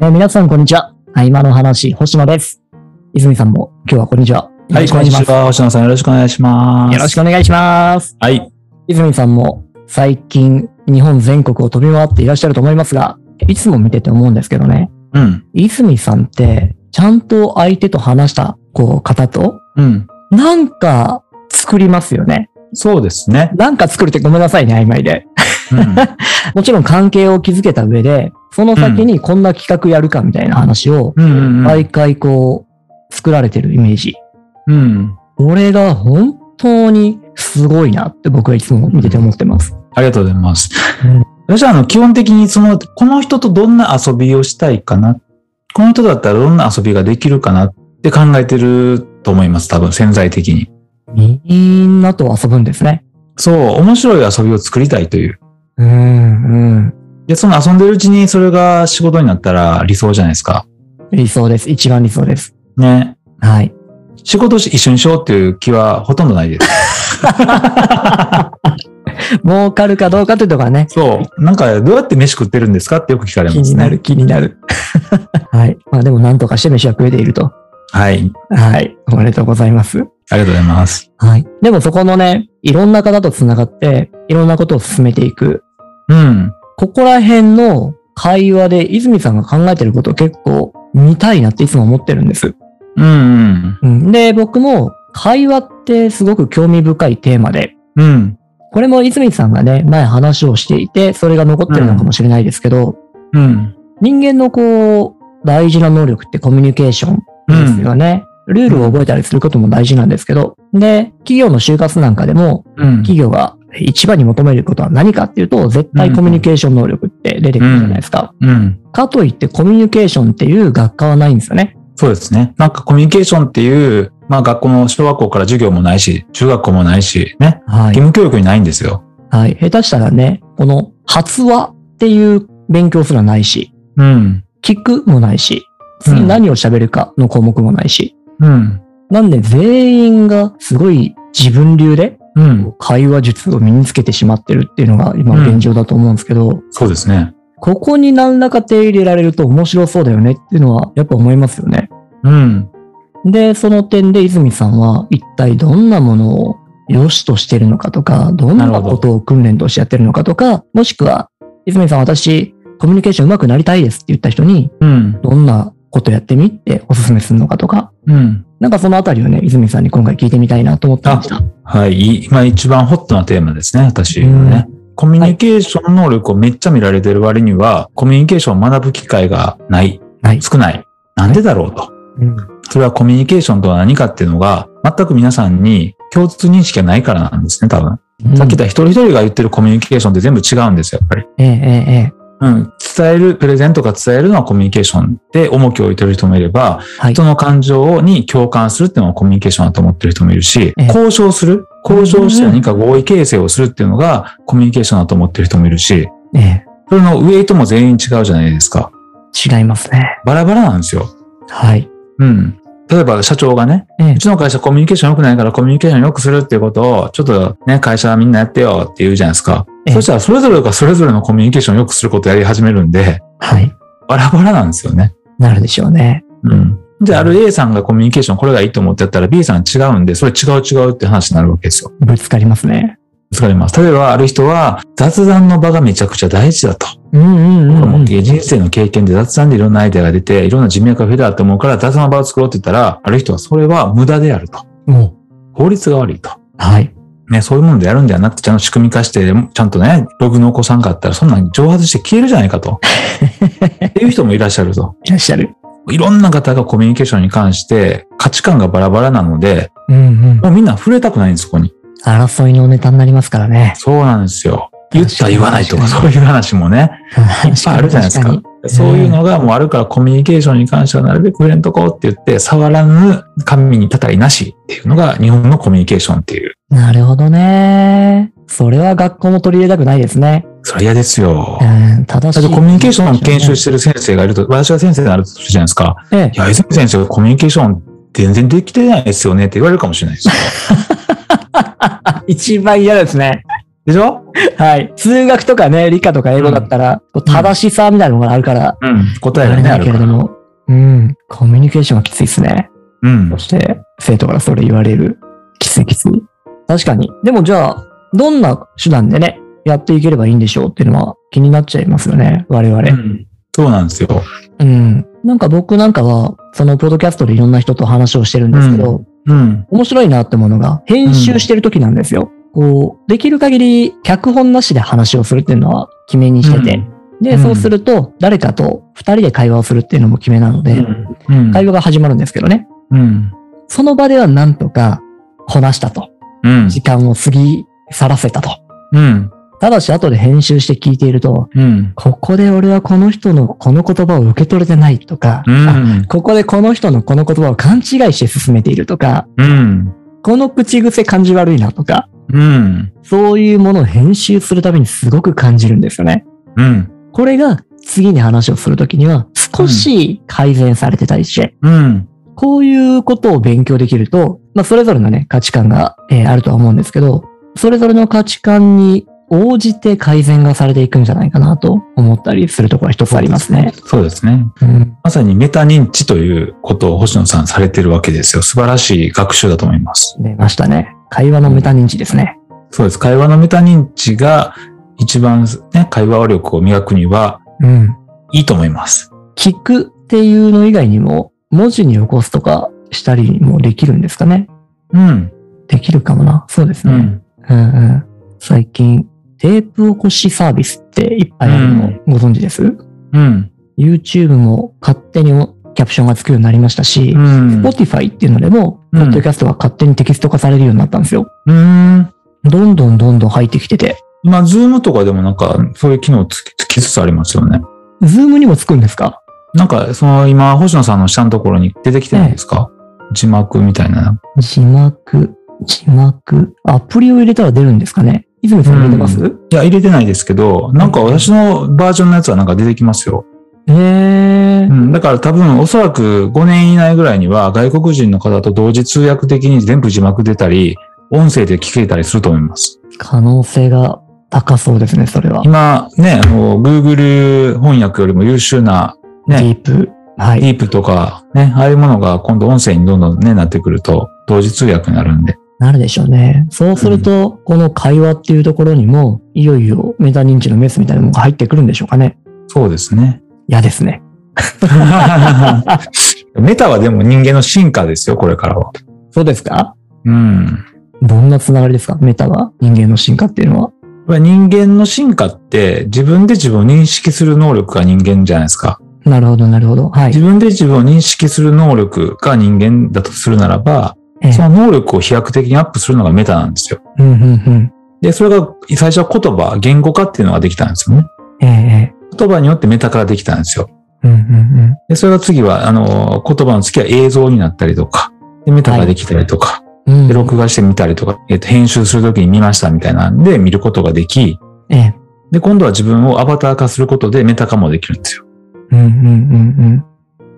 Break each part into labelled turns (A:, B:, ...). A: えー皆さん、こんにちは。あ今の話、星野です。泉さんも、今日はこんにちは。よ
B: は
A: ろ
B: い、
A: しくお願
B: こん
A: い
B: に
A: しま
B: ち
A: す。
B: は。星野さん、よろしくお願いします。
A: よろしくお願いします。
B: はい。
A: 泉さんも、最近、日本全国を飛び回っていらっしゃると思いますが、いつも見てて思うんですけどね。
B: うん。
A: 泉さんって、ちゃんと相手と話した、こう、方と、
B: うん。
A: なんか、作りますよね。
B: そうですね。
A: なんか作るってごめんなさいね、曖昧で。
B: うん。
A: もちろん関係を築けた上で、その先にこんな企画やるかみたいな話を、
B: うんうんうん
A: 毎回こう、作られてるイメージ。
B: うん。
A: これが本当にすごいなって僕はいつも見てて思ってます。
B: ありがとうございます
A: うん。
B: 私は、あの、基本的に、その、この人とどんな遊びをしたいかな。この人だったらどんな遊びができるかなって考えてると思います。多分、潜在的に。
A: みんなと遊ぶんですね。
B: そう、面白い遊びを作りたいという。
A: うん、うん。
B: で、その遊んでるうちにそれが仕事になったら理想じゃないですか。
A: 理想です。一番理想です。
B: ね。
A: はい。
B: 仕事をし一緒にしようっていう気はほとんどないです。
A: 儲かるかどうかというところがね、
B: そう。なんか、どうやって飯食ってるんですかってよく聞かれ
A: 気
B: ます
A: にな
B: ね。
A: る、気になる。 はい。まあでもなんとかして飯は食えていると。
B: はい。
A: はい。おめでとうございます。
B: ありがとうございます。
A: はい。でもそこのね、いろんな方と繋がって、いろんなことを進めていく。
B: うん。
A: ここら辺の会話で泉さんが考えてることを結構見たいなっていつも思ってるんです。
B: うん
A: うん、で、僕も会話ってすごく興味深いテーマで、
B: うん。うん。
A: これも泉さんがね、前話をしていて、それが残ってるのかもしれないですけど、
B: うん。
A: 人間のこう、大事な能力ってコミュニケーションですよね。ルールを覚えたりすることも大事なんですけど、で、企業の就活なんかでも、
B: うん。
A: 企業が一番に求めることは何かっていうと、絶対コミュニケーション能力って出てくるじゃないですか。
B: うん。
A: かといってコミュニケーションっていう学科はないんですよね。
B: そうですね。なんかコミュニケーションっていう、まあ学校の小学校から授業もないし、中学校もないし、ね。
A: はい
B: 義。務教育にないんですよ。
A: はい。下手したらね、この発話っていう勉強すらないし、
B: うん。
A: 聞くもないし、次
B: うん
A: 何を喋るかの項目もないし、
B: うん。
A: なんで全員がすごい自分流で
B: うん。
A: 会話術を身につけてしまってるっていうのが今の現状だと思うんですけど、
B: そうですね。
A: ここに何らか手入れられると面白そうだよねっていうのはやっぱ思いますよね。
B: うん。
A: で、その点で泉さんは一体どんなものを良しとしてるのかとか、どん
B: なる
A: な
B: ほど
A: ことを訓練としてやってるのかとか、もしくは、泉さん私、コミュニケーション上手くなりたいですって言った人に、
B: うん。
A: どんなことやってみっておすすめするのかとか、
B: うん。
A: なんかそのあたりをね、泉さんに今回聞いてみたいなと思ってました。
B: はい。いいまあ一番ホットなテーマですね。私はね。コミュニケーション能力をめっちゃ見られてる割には、コミュニケーションを学ぶ機会がない。
A: はい。
B: 少ない。なんでだろうと。
A: うん
B: それはコミュニケーションとは何かっていうのが、全く皆さんに共通認識がないからなんですね、多分。さっき言った一人一人が言ってるコミュニケーションって全部違うんですよ、やっぱり。
A: えええええ
B: うん。伝える、プレゼントが伝えるのはコミュニケーションで重きを置いてる人もいれば、
A: えはい。
B: 人の感情に共感するっていうのはコミュニケーションだと思ってる人もいるし、
A: ええ
B: 交渉する、交渉して何か合意形成をするっていうのがコミュニケーションだと思ってる人もいるし、
A: ええ
B: それのウェイトも全員違うじゃないですか。
A: 違いますね。
B: バラバラなんですよ。
A: はい。
B: うん。例えば社長がね、
A: ええ
B: うちの会社コミュニケーション良くないからコミュニケーション良くするっていうことを、ちょっとね、会社みんなやってよって言うじゃないですか。
A: ええ
B: そしたらそれぞれがそれぞれのコミュニケーションを良くすることをやり始めるんで、
A: はい。
B: バラバラなんですよね。
A: なるでしょうね。
B: うん。じゃあ、ある A さんがコミュニケーションこれがいいと思ってやったら B さん違うんで、それ違う違うって話になるわけですよ。
A: ぶつかりますね。
B: 疲れます。例えば、ある人は雑談の場がめちゃくちゃ大事だと。
A: うんうん
B: 僕
A: う
B: は
A: ん
B: も
A: う。
B: うん人生の経験で雑談でいろんなアイデアが出て、いろんな人脈が増えたと思うから雑談の場を作ろうって言ったら、ある人はそれは無駄であると。
A: も
B: 効率が悪いと。
A: う。はい。
B: ね、そういうものでやるんではなくて、ちゃんと仕組み化して、ちゃんとね、ログ残さんかったら、そんなん蒸発して消えるじゃないかと。っていう人もいらっしゃると。
A: いらっしゃる。
B: いろんな方がコミュニケーションに関して価値観がバラバラなので、
A: うんうん。
B: もうみんな触れたくないんです、そこに。
A: 争いのネタになりますからね。
B: そうなんですよ。言った言わないとか、
A: 確
B: そういう話もね、いっぱいあるじゃないですか
A: 確に。
B: そういうのがもうあるからコミュニケーションに関してはなるべく触れんとこうって言って、触らぬ神にたたりなしっていうのが日本のコミュニケーションっていう。
A: なるほどね。それは学校も取り入れたくないですね。
B: それ嫌ですよ
A: う。ん、正
B: だっ
A: しい。
B: てコミュニケーションを研修してる先生がいると、私が先生になるとするじゃないですか。
A: て。ええ
B: いや、泉先生、コミュニケーション全然できてないですよねって言われるかもしれないですよ。
A: 一番嫌ですね。
B: でしょ
A: はい。数学とかね、理科とか英語だったら、こう正しさみたいなのがあるから、
B: うん。答え
A: あ
B: が
A: れ
B: ね、
A: だ
B: ある
A: け
B: か
A: れど
B: ら。
A: も、うん、コミュニケーションはきついですね。
B: うん
A: そ。して、生徒からそれ言われる。きついきつい。確かに。でもじゃあ、どんな手段でね、やっていければいいんでしょうっていうのは気になっちゃいますよね。我々。
B: うんそうなんですよ。
A: うん。なんか僕なんかは、そのポッドキャストでいろんな人と話をしてるんですけど、
B: うん。
A: 面白いなってものが、編集してる時なんですよ。こう、できる限り脚本なしで話をするっていうのは決めにしてて。で、
B: うん
A: そうすると、誰かと二人で会話をするっていうのも決めなので、
B: うん。うん。
A: 会話が始まるんですけどね。
B: うん。
A: その場ではなんとかこなしたと。
B: うん。
A: 時間を過ぎ去らせたと。
B: うん。
A: ただし、後で編集して聞いていると、
B: うん。
A: ここで俺はこの人のこの言葉を受け取れてないとか、あ
B: うん。
A: ここでこの人のこの言葉を勘違いして進めているとか、
B: うん。
A: この口癖感じ悪いなとか、
B: うん。
A: そういうものを編集するたびにすごく感じるんですよね。
B: うん。
A: これが次に話をするときには少し改善されてたりして、
B: うん。
A: こういうことを勉強できると、まあそれぞれのね、価値観が、えーあるとは思うんですけど、それぞれの価値観に応じて改善がされていくんじゃないかなと思ったりするところが一つありますね。
B: そうですね。
A: うん。
B: まさにメタ認知ということを星野さんされてるわけですよ。素晴らしい学習だと思います。
A: 出ましたね。会話のメタ認知ですね。
B: そうです。会話のメタ認知が一番ね、会話力を磨くには
A: うん。
B: いいと思います。
A: 聞くっていうの以外にも、文字に起こすとかしたりもできるんですかね。
B: うん。
A: できるかもな。そうです
B: う
A: ね。
B: ん。
A: うんうん最近、テープ起こしサービスっていっぱいあるの
B: うん
A: ご存知です、
B: うん。
A: ?YouTube も勝手にキャプションがつくようになりましたし、
B: うん。
A: Spotify っていうのでも、
B: うん
A: ポッドキャストが勝手にテキスト化されるようになったんですよ。
B: うん。
A: どんどんどんどん入ってきてて。
B: 今、ズームとかでもなんか、そういう機能つきつきつつありますよね。
A: ズームにもつくんですか
B: なんか、その今、星野さんの下のところに出てきてないですか、字幕みたいな。
A: 字幕、字幕、アプリを入れたら出るんですかね泉さん入れてます、
B: いや、入れてないですけど、なんか私のバージョンのやつはなんか出てきますよ。
A: えー
B: う。ん、だから多分おそらく5年以内ぐらいには外国人の方と同時通訳的に全部字幕出たり、音声で聞けたりすると思います。
A: 可能性が高そうですね、それは。
B: 今ね、あの、Google 翻訳よりも優秀な
A: デ
B: ね、
A: ィープ。はい。
B: ディープとかね、ああいうものが今度音声にどんどんね、なってくると同時通訳になるんで。
A: なるでしょうね。そうすると、この会話っていうところにも、いよいよメタ認知のメスみたいなものが入ってくるんでしょうかね。
B: そうですね。
A: 嫌ですね。
B: メタはでも人間の進化ですよ、これからは。
A: そうですか
B: うん。
A: どんなつながりですかメタは人間の進化っていうのは。
B: やっぱり人間の進化って自分で自分を認識する能力が人間じゃないですか。
A: なるほど、なるほど。はい
B: 自。分で自分を認識する能力が人間だとするならば、
A: ええ
B: その能力を飛躍的にアップするのがメタなんですよ。
A: うん、うん、うん。
B: で、それが最初は言葉、言語化っていうのができたんですよね。
A: えええ
B: 言葉によってメタ化ができたんですよ。
A: えうん、うん、うん。
B: で、それが次は、あの、言葉の次は映像になったりとか、でメタ化できたりとか、
A: うん
B: で録画してみたりとか、えっと、編集するときに見ましたみたいなんで見ることができ、
A: ええ
B: で、今度は自分をアバター化することでメタ化もできるんですよ。
A: うん、うん、うん、うん。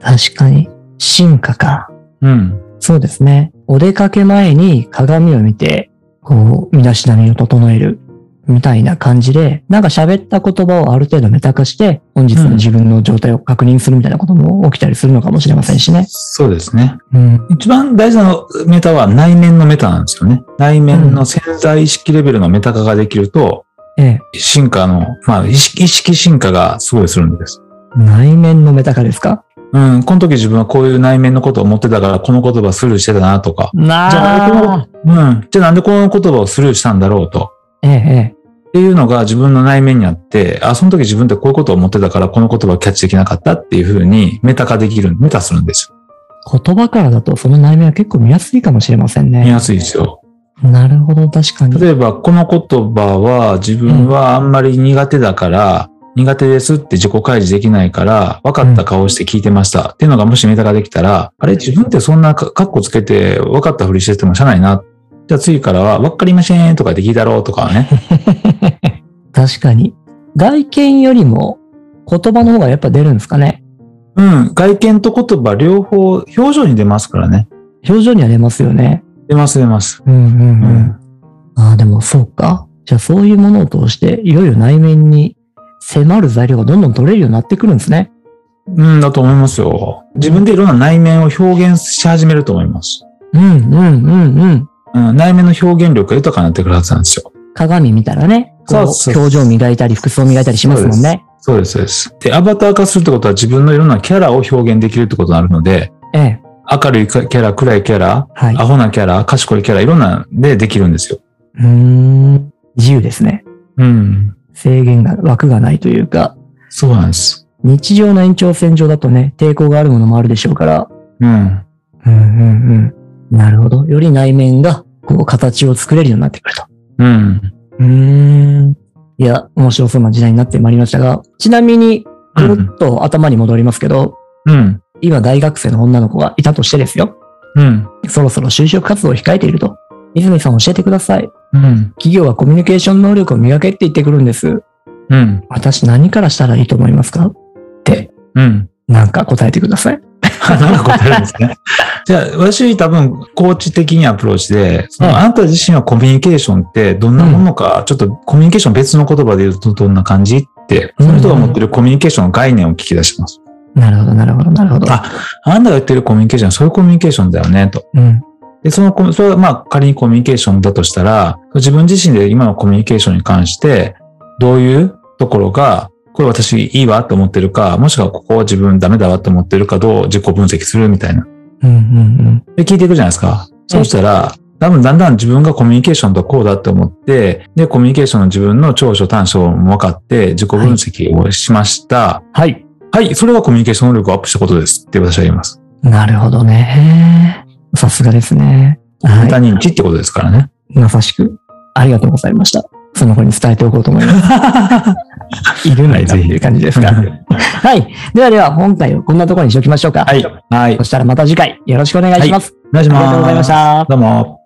A: 確かに。進化か。
B: うん。
A: そうですね。お出かけ前に鏡を見て、こう、身だしなみを整える、みたいな感じで、なんか喋った言葉をある程度メタ化して、本日の自分の状態を確認するみたいなことも起きたりするのかもしれませんしね。
B: そうですね。
A: うん。
B: 一番大事なメタは内面のメタなんですよね。内面の潜在意識レベルのメタ化ができると、
A: ええ。
B: 進化の、まあ意識、意識進化がすごいするんです。
A: 内面のメタ化ですか
B: うん、この時自分はこういう内面のことを思ってたから、この言葉スルーしてたなとか。じゃあなん
A: な
B: でこの、うん、じゃあなんでこの言葉をスルーしたんだろうと。
A: ええ、え
B: っていうのが自分の内面にあって、あ、その時自分ってこういうことを思ってたから、この言葉をキャッチできなかったっていうふうにメタ化できる、メタするんですよ。
A: え。言葉からだとその内面は結構見やすいかもしれません
B: 見
A: ね。
B: やすいですよ。
A: なるほど、確かに。
B: 例えば、この言葉は自分はあんまり苦手だから、苦手ですって自己開示できないから、分かった顔して聞いてました、っていうのがもしメタができたら、あれ自分ってそんなかカッコつけて分かったふりしててもしゃあないな。じゃあ次からは、分かりませんとかで聞いたろうとか ね。
A: 確かに。外見よりも言葉の方がやっぱ出るんですかね。
B: うん。外見と言葉両方、表情に出ますからね。
A: 表情には出ますよね。
B: 出ます出ます。
A: うんうん
B: う
A: うん。。ああ、でもそうか。じゃあそういうものを通して、いよいよ内面に迫る材料がどんどん取れるようになってくるんですね。
B: うん、だと思いますよ。自分でいろんな内面を表現し始めると思います。
A: うん、うん、うん、うん。
B: うん、内面の表現力が豊かになってくるはずなんですよ。
A: 鏡見たらね、こう
B: そうそう
A: 表情磨いたり、服装磨いたりしますもんね。
B: そうです、そうです。で、アバター化するってことは自分のいろんなキャラを表現できるってことになるので、
A: ええ。
B: 明るいキャラ、暗いキャラ、
A: はい。
B: アホなキャラ、賢いキャラ、いろんなんでできるんですよ。
A: うーん。自由ですね。
B: うん。
A: 制限が、枠がないというか、
B: そうなんです。
A: 日常の延長線上だとね、抵抗があるものもあるでしょうから。
B: うん。
A: うんうんうん。なるほど。より内面が、こう、形を作れるようになってくると。
B: うん。
A: うーん。いや、面白そうな時代になってまいりましたが、ちなみに、
B: う
A: ぐる
B: ん。
A: っと頭に戻りますけど、
B: うん。
A: 今大学生の女の子がいたとしてですよ。
B: うん。
A: そろそろ就職活動を控えていると。泉さん教えてください。
B: うん。
A: 企業はコミュニケーション能力を磨けって言ってくるんです。
B: うん。
A: 私何からしたらいいと思いますか
B: うん。
A: なんか答えてください。
B: なんか答えるんですね。じゃあ、私多分、コーチ的にアプローチで、そ
A: うん
B: のあなた自身はコミュニケーションってどんなものか、ちょっとコミュニケーション別の言葉で言うとどんな感じって、その人が持ってるコミュニケーションの概念を聞き出します。
A: なるほど、なるほど、なるほど。
B: あ、あなたが言ってるコミュニケーションはそういうコミュニケーションだよね、と。
A: うん。
B: で、そのコミ、それはまあ仮にコミュニケーションだとしたら、自分自身で今のコミュニケーションに関して、どういうところが、これ私いいわと思ってるか、もしくはここ自分ダメだわと思ってるかどう自己分析するみたいな。
A: うん、うん、
B: で、聞いていくじゃないですか。そうしたら、多分だんだん自分がコミュニケーションとこうだって思って、で、コミュニケーションの自分の長所短所も分かって、自己分析をしました。
A: はい。
B: はい、それがコミュニケーション能力をアップしたことですって私は言います。
A: うん。なるほどね。さすがですね。は
B: 他人知ってことですからね。
A: い。まさしく、ありがとうございました。その子に伝えておこうと思い ます。いるんだっていう感じですが。はい。ではでは、今回はこんなところにしておきましょうか。
B: はい。はい。
A: そしたらまた次回よろしくお願いします。
B: お願いし
A: あり
B: ます。
A: がとうございました。
B: どうも。